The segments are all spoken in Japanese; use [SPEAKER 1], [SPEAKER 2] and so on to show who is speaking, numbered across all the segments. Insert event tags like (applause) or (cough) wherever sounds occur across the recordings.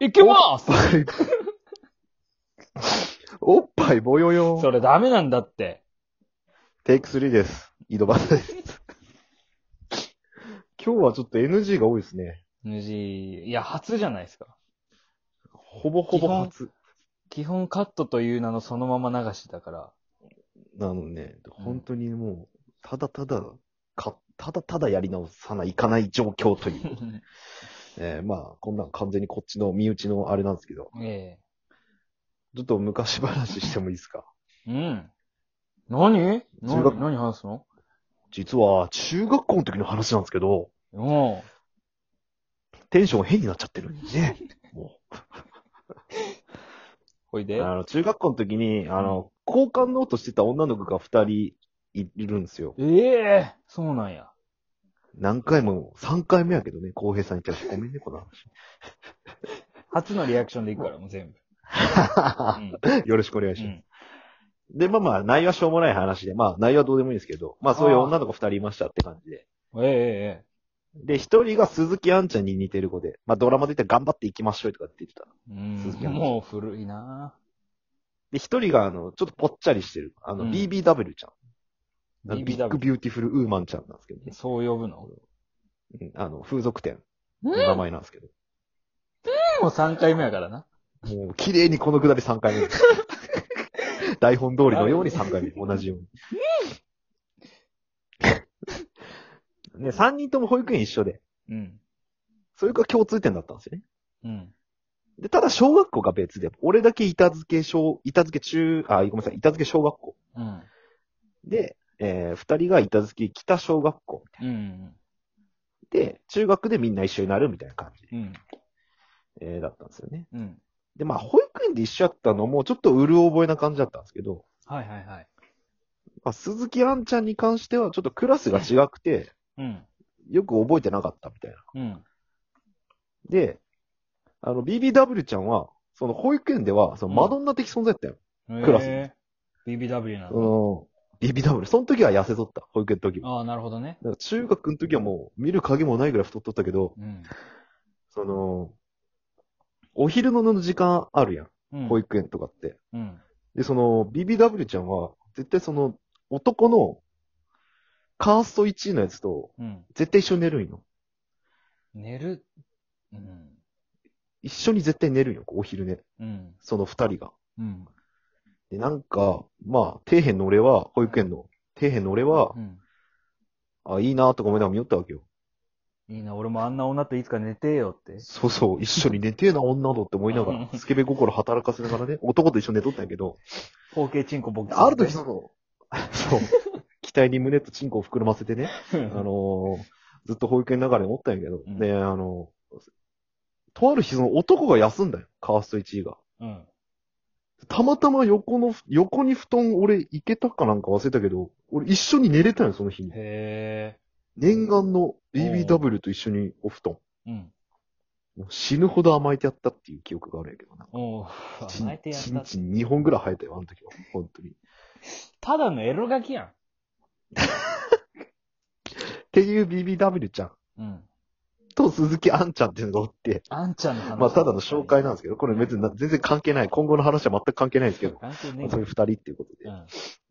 [SPEAKER 1] いきます
[SPEAKER 2] (laughs) おっぱいぼよ
[SPEAKER 1] (laughs)
[SPEAKER 2] よ
[SPEAKER 1] そ
[SPEAKER 2] ん。
[SPEAKER 1] れダメなんだって。
[SPEAKER 2] テイク3です。井戸端です。 (laughs) 今日はちょっと NG が多いですね。
[SPEAKER 1] NG、いや、初じゃないですか。
[SPEAKER 2] ほぼほぼ初。
[SPEAKER 1] 基本カットという名のそのまま流しだから。 (laughs)
[SPEAKER 2] なのね、本当にもう、ただただ、か、ただただやり直さないかない状況と
[SPEAKER 1] (laughs)
[SPEAKER 2] いう。えーまあ、こんなん完全にこっちの身内のあれなんですけど、
[SPEAKER 1] え
[SPEAKER 2] ちょっと昔話してもいいですか
[SPEAKER 1] えうん。何
[SPEAKER 2] 中学
[SPEAKER 1] 何何話すの
[SPEAKER 2] 実は、中学校の時の話なんですけど、
[SPEAKER 1] おう
[SPEAKER 2] テンション変になっちゃってるんでね。も
[SPEAKER 1] ほいうで。
[SPEAKER 2] あの中学校の時に、あの、交換ノートしてた女の子が二人いいるんですよ。
[SPEAKER 1] ええそうなんや。
[SPEAKER 2] 何回も、三回目やけどね、浩平さんに言っちゃう。ごめんね、この
[SPEAKER 1] 初のリアクションでいくから、もう全部。う
[SPEAKER 2] (laughs) 話。
[SPEAKER 1] ん。
[SPEAKER 2] よろしくお願いし
[SPEAKER 1] う
[SPEAKER 2] ます。
[SPEAKER 1] ん
[SPEAKER 2] で、まあまあ、内容はしょうもない話で、まあ、内容はどうでもいいんですけど、まあ、そういう女の子二人いましたって感じで。
[SPEAKER 1] ええええ
[SPEAKER 2] で、一人が鈴木杏ちゃんに似てる子で、まあ、ドラマで言ったら頑張っていきましょうとかって言ってた。
[SPEAKER 1] う
[SPEAKER 2] 続き
[SPEAKER 1] ん。
[SPEAKER 2] 話
[SPEAKER 1] もう古いな
[SPEAKER 2] で、一人が、あの、ちょっとぽっちゃりしてる。あの、
[SPEAKER 1] うん
[SPEAKER 2] BBW ちゃん。あのビッグ
[SPEAKER 1] BBW。
[SPEAKER 2] ビューティフルウーマンちゃんなんですけどね。
[SPEAKER 1] そう呼ぶの
[SPEAKER 2] うんあの、風俗店
[SPEAKER 1] うん
[SPEAKER 2] の名前なんですけど。
[SPEAKER 1] もう3回目やからな。
[SPEAKER 2] もう、綺麗にこのくだり3回目です。台本通りのように3回目。同じように。ね、3人とも保育園一緒で。
[SPEAKER 1] うん。
[SPEAKER 2] それが共通点だったんですよね。
[SPEAKER 1] うん。
[SPEAKER 2] で、ただ小学校が別で、俺だけ板付け小、板付け中、あ、ごめんなさい、板付け小学校。
[SPEAKER 1] うん。
[SPEAKER 2] で、えー二人が板付け北小学校。
[SPEAKER 1] うん。
[SPEAKER 2] で、中学でみんな一緒になるみたいな感じ、
[SPEAKER 1] うん。
[SPEAKER 2] えーだったんですよね。
[SPEAKER 1] うん。
[SPEAKER 2] で、まあ、保育園で一緒やったのも、ちょっとうる覚えな感じだったんですけど、
[SPEAKER 1] はいはいはい。
[SPEAKER 2] まあ、鈴木杏ちゃんに関しては、ちょっとクラスが違くて、
[SPEAKER 1] うん。
[SPEAKER 2] よく覚えてなかったみたいな。
[SPEAKER 1] うん。
[SPEAKER 2] で、あの、BBW ちゃんは、その保育園では、そのマドンナ的存在だったよ。クラス
[SPEAKER 1] ええ BBW なの。
[SPEAKER 2] うん。BBW。その時は痩せとった。保育園の時も。
[SPEAKER 1] ああ、なるほどね。
[SPEAKER 2] だから中学の時はもう、見る影もないぐらい太っとったけど、
[SPEAKER 1] うん。
[SPEAKER 2] その、お昼のの時間あるやん。
[SPEAKER 1] うん。
[SPEAKER 2] 保育園とかって。
[SPEAKER 1] うん。
[SPEAKER 2] で、その、BBW ちゃんは、絶対その、男の、カースト1位のやつと、
[SPEAKER 1] うん。
[SPEAKER 2] 絶対一緒に寝るんよ。
[SPEAKER 1] 寝る。うん。
[SPEAKER 2] 一緒に絶対寝るんよ、お昼寝。
[SPEAKER 1] うん。
[SPEAKER 2] その二人が。
[SPEAKER 1] うん。
[SPEAKER 2] で、なんか、まあ、底辺の俺は、保育園の、底辺の俺は
[SPEAKER 1] う、ん。
[SPEAKER 2] あ、いいなとか思いながら見よったわけよ。
[SPEAKER 1] いいな、俺もあんな女といつか寝てえよって。
[SPEAKER 2] そうそう、一緒に寝てえな、女とって思いながら、スケベ心働かせながらね、男と一緒に寝とったんやけど、
[SPEAKER 1] 包茎チンコボックス。
[SPEAKER 2] ある時その、そう、期待に胸とチンコを膨らませてね、
[SPEAKER 1] (laughs) う
[SPEAKER 2] あ
[SPEAKER 1] ん、
[SPEAKER 2] のーずっと保育園の中で思ったんやけど、
[SPEAKER 1] うん
[SPEAKER 2] で、あのーとある日その男が休んだよ、カースト1位が。
[SPEAKER 1] うん。
[SPEAKER 2] たまたま横の、横に布団俺行けたかなんか忘れたけど、俺一緒に寝れたよ、その日に。
[SPEAKER 1] へ
[SPEAKER 2] 念願の BBW と一緒にお布団。
[SPEAKER 1] え。うん。
[SPEAKER 2] もう死ぬほど甘えてやったっていう記憶があるんやけどな。
[SPEAKER 1] おう、
[SPEAKER 2] ち
[SPEAKER 1] 甘え
[SPEAKER 2] ん
[SPEAKER 1] てやっ
[SPEAKER 2] ち
[SPEAKER 1] た
[SPEAKER 2] ん。ちん2本ぐらい生えたよ、あの時は。本当に。った
[SPEAKER 1] だのエロガキや
[SPEAKER 2] ていう BBW ちゃん
[SPEAKER 1] ん。うん。
[SPEAKER 2] と鈴木杏ちゃんっていうのがおって、
[SPEAKER 1] あんちゃんの話。
[SPEAKER 2] まあただの紹介なんです
[SPEAKER 1] け
[SPEAKER 2] けど、これ別にな全然関係ない。今後の話は全く関係ないですけど、
[SPEAKER 1] 関係ね
[SPEAKER 2] ま
[SPEAKER 1] え
[SPEAKER 2] あそういう二人っていうことで。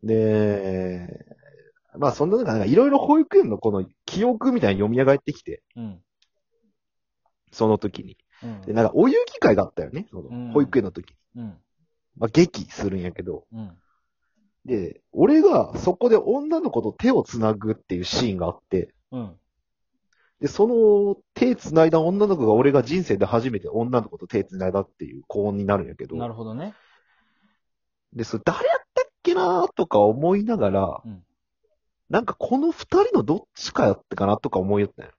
[SPEAKER 1] うん。
[SPEAKER 2] で、まあそんな中、なんかいろいろ保育園のこの記憶みたいに読み上がってきて、
[SPEAKER 1] うん。
[SPEAKER 2] その時に。
[SPEAKER 1] うん。
[SPEAKER 2] で、なんかお遊戯会があったよね、そ
[SPEAKER 1] うん
[SPEAKER 2] の保育園の時に。
[SPEAKER 1] うん。
[SPEAKER 2] まあ劇するんやけど、
[SPEAKER 1] うん。
[SPEAKER 2] で、俺がそこで女の子と手を繋ぐっていうシーンがあって、
[SPEAKER 1] うん。
[SPEAKER 2] で、その手繋いだ女の子が俺が人生で初めて女の子と手繋いだっていう高音になるんやけど、
[SPEAKER 1] なるほどね。
[SPEAKER 2] で、それ誰やったっけなーとか思いながら、
[SPEAKER 1] うん
[SPEAKER 2] なんかこの二人のどっちかやったかなとか思いよったんよ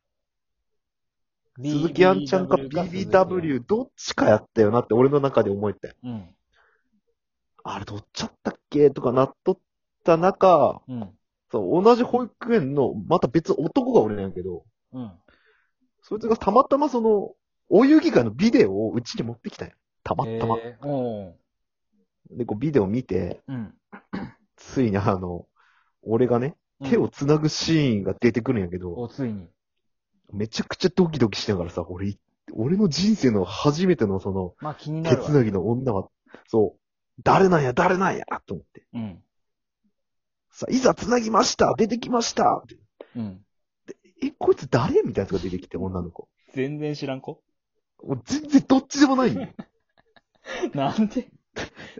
[SPEAKER 2] 鈴木杏ちゃんか BBW どっちかやったよなって俺の中で思えて。
[SPEAKER 1] うん。
[SPEAKER 2] あれどっちやったっけとかなっとった中、
[SPEAKER 1] うん。
[SPEAKER 2] そう、同じ保育園の、また別男が俺なんやけど、
[SPEAKER 1] うん。
[SPEAKER 2] そいつがたまたまその、お遊戯会のビデオをうちに持ってきたんよ。たまたま。
[SPEAKER 1] えーおう
[SPEAKER 2] で、こうビデオ見て、
[SPEAKER 1] うん。
[SPEAKER 2] ついにあの、俺がね、
[SPEAKER 1] うん
[SPEAKER 2] 手を。繋ぐシーンが出てくるんやけど、
[SPEAKER 1] お、ついに。
[SPEAKER 2] めちゃくちゃドキドキしながらさ、俺い、俺の人生の初めてのその、
[SPEAKER 1] まあ気にな
[SPEAKER 2] 手
[SPEAKER 1] るわ。
[SPEAKER 2] つなぎの女は、そう、誰なんや、誰なんや、と思って。
[SPEAKER 1] うん。
[SPEAKER 2] さあ、いざつなぎました出てきましたって
[SPEAKER 1] うん。
[SPEAKER 2] え、こいつ誰みたいなやつが出てきて、女の子。
[SPEAKER 1] 全然知らん子
[SPEAKER 2] もう全然どっちでもないよ。
[SPEAKER 1] (laughs) なんで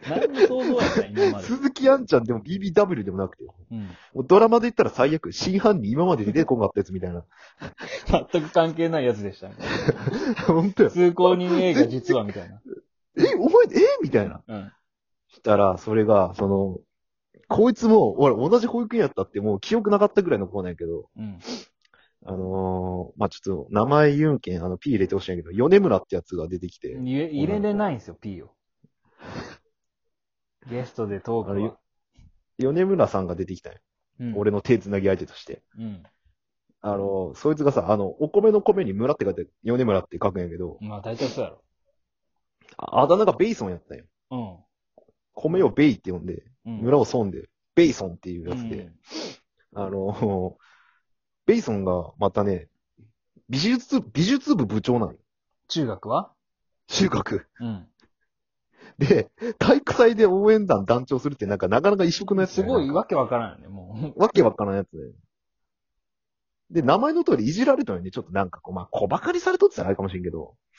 [SPEAKER 1] なんで想像やった今まで。
[SPEAKER 2] 鈴木あんちゃんでも BBW でもなくて。
[SPEAKER 1] うん。
[SPEAKER 2] もうドラマで言ったら最悪、真犯人今まで出てこんかったやつみたいな。
[SPEAKER 1] 全く関係ないやつで
[SPEAKER 2] (laughs)
[SPEAKER 1] した。
[SPEAKER 2] 本当や。
[SPEAKER 1] 通行人映画実はみたいな。
[SPEAKER 2] え、お前、えみたいな。
[SPEAKER 1] うん。
[SPEAKER 2] したら、それが、その、こいつも、俺同じ保育園やったってもう記憶なかったぐらいの子なんやけど、
[SPEAKER 1] うん。
[SPEAKER 2] あのー、まあ、ちょっと名前言うんけん、あの、P 入れてほしいんやけど、米村ってやつが出てきて、
[SPEAKER 1] 入れ入れれないんですよ、P を。ゲストでトーク
[SPEAKER 2] あれ
[SPEAKER 1] は
[SPEAKER 2] よ。米村さんが出てきたんよ。
[SPEAKER 1] うん、
[SPEAKER 2] 俺の手繋ぎ相手として。
[SPEAKER 1] うん。
[SPEAKER 2] あのー、そいつがさ、あの、お米の米に村って書いて、米村って書くんやけど、
[SPEAKER 1] まあ大体そうやろ。
[SPEAKER 2] ああだ名がベイソンやったんよ。米をベイって呼んで、
[SPEAKER 1] うん。うん、
[SPEAKER 2] 村を損で、ベイソンっていうやつで、
[SPEAKER 1] うん
[SPEAKER 2] あの、ベイソンがまたね、美術、美術部部長なの。
[SPEAKER 1] 中学は
[SPEAKER 2] 中学。
[SPEAKER 1] うん。
[SPEAKER 2] で、体育祭で応援団団長するってなんかなかなか異色のやつ
[SPEAKER 1] す
[SPEAKER 2] だよ
[SPEAKER 1] ごい
[SPEAKER 2] なんか
[SPEAKER 1] わけわからんよね、も
[SPEAKER 2] わけわからんやつで。で、名前の通りいじられたのに、ちょっとなんかこう、まあ、小馬鹿にされとってたらあれかもしれんけ
[SPEAKER 1] う。
[SPEAKER 2] ど、
[SPEAKER 1] (laughs)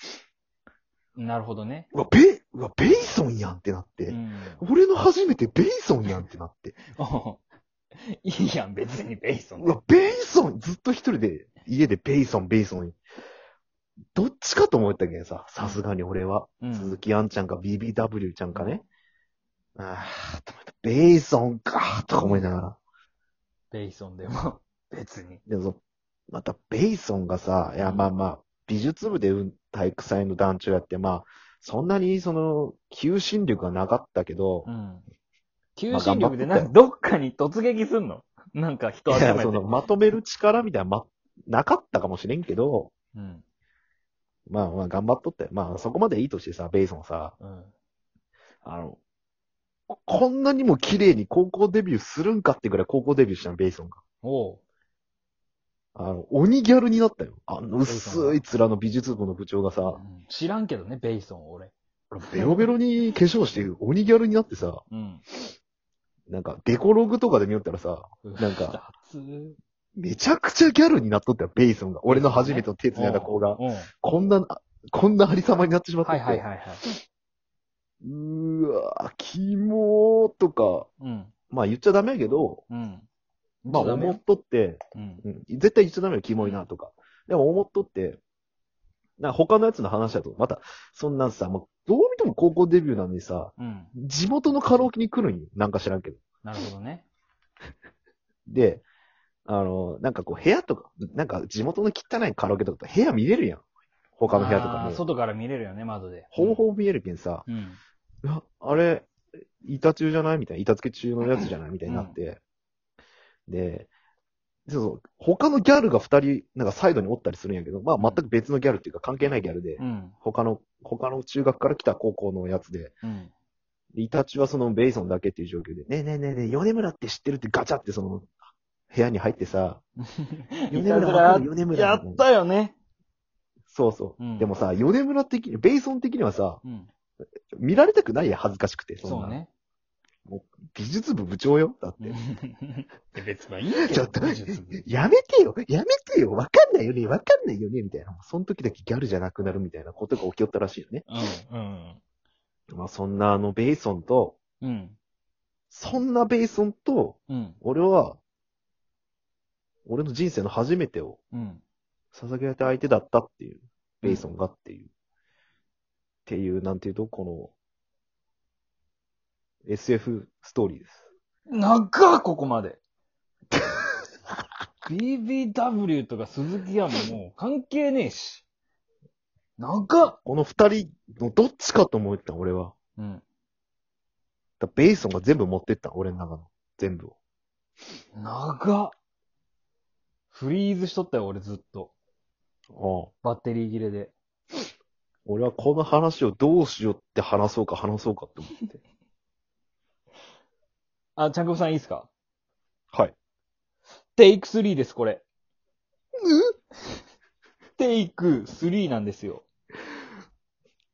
[SPEAKER 1] なるほどね。
[SPEAKER 2] うわ、ベイ、うわ、ベイソンやんってなって、
[SPEAKER 1] うん。
[SPEAKER 2] 俺の初めてベイソンやんってなって、
[SPEAKER 1] おう (laughs) いいやん、別にベイソン
[SPEAKER 2] う。わ、ベイソンずっと一人で、家でベイソン、ベイソン。どっちかと思ったけどさ、さすがに俺は。
[SPEAKER 1] うん
[SPEAKER 2] 鈴木あんちゃんか BBW ちゃんかね。ああ、と思った。ベイソンか、とか思いながら。
[SPEAKER 1] ベイソンでも、 (laughs) 別に。
[SPEAKER 2] でもそう、またベイソンがさ、いや、
[SPEAKER 1] うん
[SPEAKER 2] まあまあ、美術部でうん体育祭の団長やって、まあ、そんなにその、求心力がなかったけど
[SPEAKER 1] う、ん。求心力でなんかどっかに突撃すんのなんか人
[SPEAKER 2] い
[SPEAKER 1] 集
[SPEAKER 2] や、
[SPEAKER 1] めて
[SPEAKER 2] そ。の、まとめる力みたいな、ま、なかったかもしれんけど、
[SPEAKER 1] うん。
[SPEAKER 2] まあまあ頑張っとったよ。まあそこまでいいとしてさ、ベイソンさ、
[SPEAKER 1] うん。
[SPEAKER 2] あの、ここんなにも綺麗に高校デビューするんかってぐらい高校デビューしたの、ベイソンが。
[SPEAKER 1] おう。
[SPEAKER 2] あの、鬼ギャルになったよ。あの、
[SPEAKER 1] ベイソンが
[SPEAKER 2] 薄い面の美術部の部長がさ、
[SPEAKER 1] うん知らんけどね、ベイソン、俺。
[SPEAKER 2] ベロベロに化粧して鬼ギャルになってさ、
[SPEAKER 1] うん。
[SPEAKER 2] なんかデコログとかで見よったらさ、なんか
[SPEAKER 1] 雑。うん。
[SPEAKER 2] めちゃくちゃギャルになっとったよ、ベイソンが。俺の初めての手繋いだ子が、こんな、こんなありさまになってしまって
[SPEAKER 1] は
[SPEAKER 2] て。
[SPEAKER 1] いはいはいはい。
[SPEAKER 2] うーわー、キモーとか、
[SPEAKER 1] うん。
[SPEAKER 2] まあ言っちゃダメやけど、
[SPEAKER 1] うん。
[SPEAKER 2] まあ
[SPEAKER 1] ダメ
[SPEAKER 2] 思っとって、
[SPEAKER 1] うん。
[SPEAKER 2] うん絶対言っちゃダメよ、キモいなとか。でも思っとって、なんか他のやつの話だと、また、そんなんさ、もうどう見ても高校デビューなのにさ、
[SPEAKER 1] うん。
[SPEAKER 2] 地元のカラオケに来るんよ。なんか知らんけど。
[SPEAKER 1] なるほどね。
[SPEAKER 2] で、あの、なんかこう部屋とか、なんか地元の汚いカラオケとか部屋見れるやん。他の部屋とか
[SPEAKER 1] あー
[SPEAKER 2] ね。
[SPEAKER 1] 外から見れるよね、窓で。
[SPEAKER 2] ほぼほぼ見えるけんさ、
[SPEAKER 1] うん。
[SPEAKER 2] うわあれ、板中じゃないみたいな、板付け中のやつじゃないみたいになって。で、そうそう、他のギャルが二人、なんかサイドにおったりするんやけど、まあ全く別のギャルっていうか関係ないギャルで、
[SPEAKER 1] うん。
[SPEAKER 2] 他の、他の中学から来た高校のやつで、
[SPEAKER 1] うん。
[SPEAKER 2] でイタチはそのベイソンだけっていう状況で、ねえねえねえねえ、米村って知ってるってガチャってその、部屋に入ってさ、
[SPEAKER 1] い
[SPEAKER 2] 米
[SPEAKER 1] た
[SPEAKER 2] 村
[SPEAKER 1] ず
[SPEAKER 2] わからる、米村
[SPEAKER 1] やったよね。
[SPEAKER 2] そうそう。
[SPEAKER 1] うん
[SPEAKER 2] でもさ、米村的に、ベイソン的にはさ、
[SPEAKER 1] うん。
[SPEAKER 2] 見られたくないやん、恥ずかしくて。ん
[SPEAKER 1] そ
[SPEAKER 2] な
[SPEAKER 1] う。ね。
[SPEAKER 2] 美術部部長よ
[SPEAKER 1] (laughs)
[SPEAKER 2] だって。
[SPEAKER 1] え別にいいけ
[SPEAKER 2] ち
[SPEAKER 1] ど
[SPEAKER 2] ょっと
[SPEAKER 1] 美術部
[SPEAKER 2] やめてよやめてよわかんないよねわかんないよねみたいな。その時だけギャルじゃなくなるみたいなことが起きよったらしいよね。
[SPEAKER 1] うん。うん。
[SPEAKER 2] まあそんなあのベイソンと、
[SPEAKER 1] うん。
[SPEAKER 2] そんなベイソンと、
[SPEAKER 1] うん。
[SPEAKER 2] 俺は、俺の人生の初めてを
[SPEAKER 1] うん。
[SPEAKER 2] 捧げた相手だったっていう、ベイソンがっていう、っていう、なんていうと、この、SF ストーリーです。
[SPEAKER 1] 長っここま (laughs) で。BBW とか鈴木屋もも (laughs) う関係ねえし。長っ
[SPEAKER 2] この二人のどっちかと思ってた、俺は。
[SPEAKER 1] うん。
[SPEAKER 2] だからベイソンが全部持ってった、俺の中の。全部を。
[SPEAKER 1] 長っフリーズしとったよ、俺ずっと。
[SPEAKER 2] ああ
[SPEAKER 1] バッテリー切れで。
[SPEAKER 2] 俺はこの話をどうしようって話そうか話そうかって思って。
[SPEAKER 1] あ、ちゃんこぶさんいいですか
[SPEAKER 2] はい。
[SPEAKER 1] テイク3です、これ。テイク3なんですよ。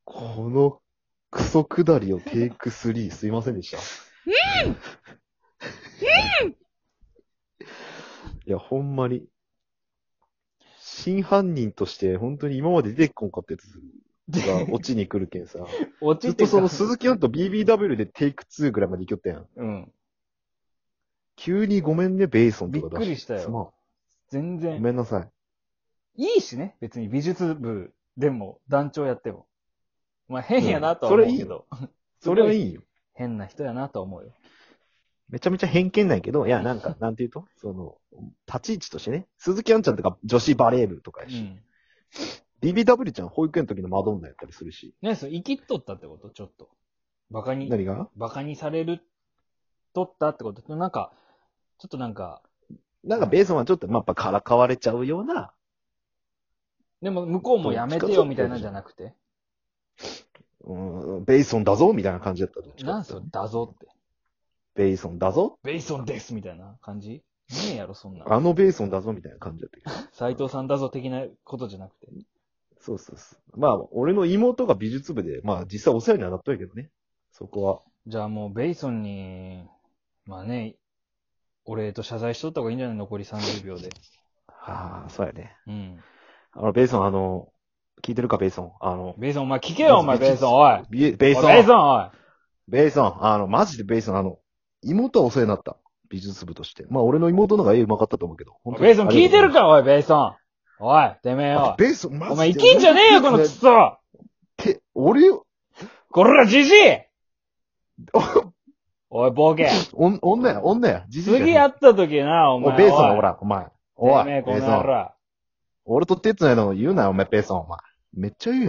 [SPEAKER 2] このクソ下りをテイク3すいませんでした。 (laughs) いや、ほんまに。真犯人として、本当に今まで出てこんかったやつが落ちに来るけ
[SPEAKER 1] (laughs)
[SPEAKER 2] んさ。
[SPEAKER 1] 落
[SPEAKER 2] ず
[SPEAKER 1] ち
[SPEAKER 2] ってと
[SPEAKER 1] そ
[SPEAKER 2] そ
[SPEAKER 1] の
[SPEAKER 2] の
[SPEAKER 1] 鈴
[SPEAKER 2] 鈴木アンと BBW でテイク2ぐらいまで行きよったやん。
[SPEAKER 1] うん。
[SPEAKER 2] 急にごめんね、ベイソンとか
[SPEAKER 1] び
[SPEAKER 2] 出して。
[SPEAKER 1] っくりしたよ
[SPEAKER 2] すまん。
[SPEAKER 1] 全
[SPEAKER 2] ご
[SPEAKER 1] 然。
[SPEAKER 2] めんなさい。
[SPEAKER 1] いいしね。別に美術部でも団長やっても。まあ変やなとは
[SPEAKER 2] うん
[SPEAKER 1] 思うけど。
[SPEAKER 2] それはいいよ。
[SPEAKER 1] 変な人やなとは思うよ。
[SPEAKER 2] めちゃめちゃ偏見ないけど、いや、
[SPEAKER 1] (laughs)
[SPEAKER 2] なんか、なんていうと、その、立ち位置としてね、鈴木アンちゃんとか女子バレー部とか
[SPEAKER 1] う
[SPEAKER 2] やし、
[SPEAKER 1] ん。
[SPEAKER 2] BBW ちゃん保育園の時のマドンナやったりするし、
[SPEAKER 1] ねそれ生きっとったってことちょっと。バカに、
[SPEAKER 2] 何が
[SPEAKER 1] バカにされる、とったってことなんか、ちょっとなんか、
[SPEAKER 2] なんかベイソンはちょっと、まあ、やっぱからかわれちゃうような、
[SPEAKER 1] でも向こうもやめてよみたいなんじゃなくて。
[SPEAKER 2] うん、ベイソンだぞみたいな感じだったどっちか
[SPEAKER 1] なん
[SPEAKER 2] ってい
[SPEAKER 1] す
[SPEAKER 2] うと
[SPEAKER 1] よ、だぞって。
[SPEAKER 2] ベイソンだぞ
[SPEAKER 1] ベイソンですみたいな感じねえやろ、そんな。
[SPEAKER 2] あのベイソンだぞみたいな感じだったけど。
[SPEAKER 1] 斎藤さんだぞ的なことじゃなくて。
[SPEAKER 2] そうそうそう。まあ、俺の妹が美術部で、まあ実際お世話にはなっとるけどね。そこは。
[SPEAKER 1] じゃあもう、ベイソンに、まあね、お礼と謝罪しとった方がいいんじゃない残り30秒で。
[SPEAKER 2] ああ、そうやね。
[SPEAKER 1] うん。
[SPEAKER 2] あの、ベイソン、あの、聞いてるか、ベイソン。あの、
[SPEAKER 1] ベイソン、お前聞けよ、お前、ベイソン、おい。
[SPEAKER 2] ビベイソン。
[SPEAKER 1] おいベイソン、おい。
[SPEAKER 2] ベイソン、あの、マジでベイソン、あの、妹はお世話になった。美術部として。まあ、俺の妹の方が絵うまかったと思うけど。本当に
[SPEAKER 1] ベイソン、聞いてる
[SPEAKER 2] あ
[SPEAKER 1] か、おい、ベイソン。おい、てめえ
[SPEAKER 2] りがとうあ
[SPEAKER 1] よ。
[SPEAKER 2] ベイソン、マジで。
[SPEAKER 1] お前、生きんじゃねえよ、このクソ
[SPEAKER 2] て、俺を、
[SPEAKER 1] こら、じじい
[SPEAKER 2] お
[SPEAKER 1] おい、ボケ。
[SPEAKER 2] お女や、女や。じじいじゃねえ
[SPEAKER 1] 次会った時な、お
[SPEAKER 2] お
[SPEAKER 1] 前。
[SPEAKER 2] ベイソン、
[SPEAKER 1] おい
[SPEAKER 2] ほら、お前。
[SPEAKER 1] て
[SPEAKER 2] おい、
[SPEAKER 1] めえ、こ
[SPEAKER 2] ベ
[SPEAKER 1] の
[SPEAKER 2] イソ
[SPEAKER 1] 野
[SPEAKER 2] ン。
[SPEAKER 1] 郎。
[SPEAKER 2] 俺と手つないだの言うなよ、お前、ベイソン、お前。めっちゃ言うやん